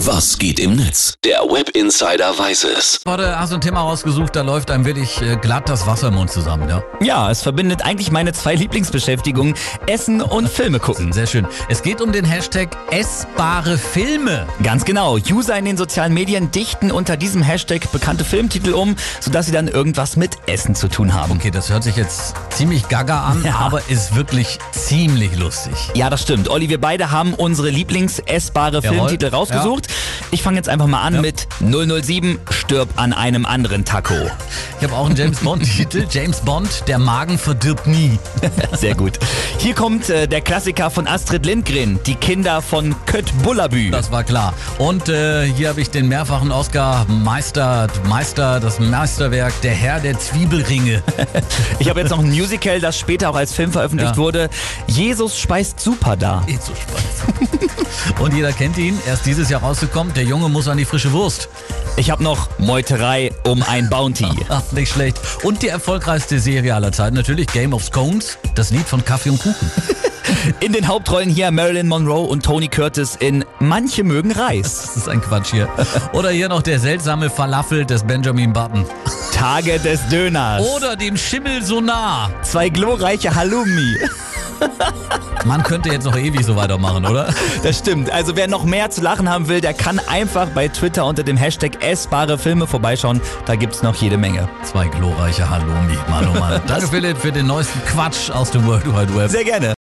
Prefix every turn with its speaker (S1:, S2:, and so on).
S1: Was geht im Netz? Der Web Insider weiß es.
S2: Warte, hast du ein Thema rausgesucht, da läuft einem wirklich äh, glatt das Wasser im Mund zusammen, ja?
S3: Ja, es verbindet eigentlich meine zwei Lieblingsbeschäftigungen, Essen und Filme gucken.
S2: Sehr schön. Es geht um den Hashtag essbare Filme.
S3: Ganz genau, User in den sozialen Medien dichten unter diesem Hashtag bekannte Filmtitel um, sodass sie dann irgendwas mit Essen zu tun haben.
S2: Okay, das hört sich jetzt ziemlich gaga an,
S3: Ja.
S2: aber ist wirklich ziemlich lustig.
S3: Ja, das stimmt. Olli, wir beide haben unsere Lieblingsessbare
S2: Jawohl.
S3: Filmtitel rausgesucht. Ich fange jetzt einfach mal an
S2: Ja.
S3: mit 007 stirb an einem anderen Taco.
S2: Ich habe auch einen James Bond-Titel. James Bond, der Magen verdirbt nie.
S3: Sehr gut. Hier kommt äh, der Klassiker von Astrid Lindgren, die Kinder von Kött Bullabü.
S2: Das war klar. Und äh, hier habe ich den mehrfachen Oscar-Meister, Meister, das Meisterwerk, der Herr der Zwiebelringe.
S3: Ich habe jetzt noch ein Musical, das später auch als Film veröffentlicht
S2: Ja.
S3: wurde. Jesus speist super da.
S2: Eh zu spannend. Und jeder kennt ihn. Er ist dieses Jahr rausgekommen. Der Junge muss an die frische Wurst.
S3: Ich habe noch Meuterei um ein Bounty.
S2: Ach, nicht schlecht. Und die erfolgreichste Serie aller Zeiten, natürlich Game of Scones, das Lied von Kaffee und Kuchen.
S3: In den Hauptrollen hier Marilyn Monroe und Tony Curtis in Manche mögen Reis.
S2: Das ist ein Quatsch hier. Oder hier noch der seltsame Falafel des Benjamin Button.
S3: Tage des Döners.
S2: Oder dem Schimmel so nah.
S3: zwei glorreiche Halloumi.
S2: Man könnte jetzt noch ewig so weitermachen, oder?
S3: Das stimmt. Also wer noch mehr zu lachen haben will, der kann einfach bei Twitter unter dem Hashtag essbare Filme vorbeischauen. Da gibt's noch jede Menge.
S2: Zwei glorreiche Halloumi, Mann, oh Mann. Danke Philipp für den neuesten Quatsch aus dem World Wide Web.
S3: Sehr gerne.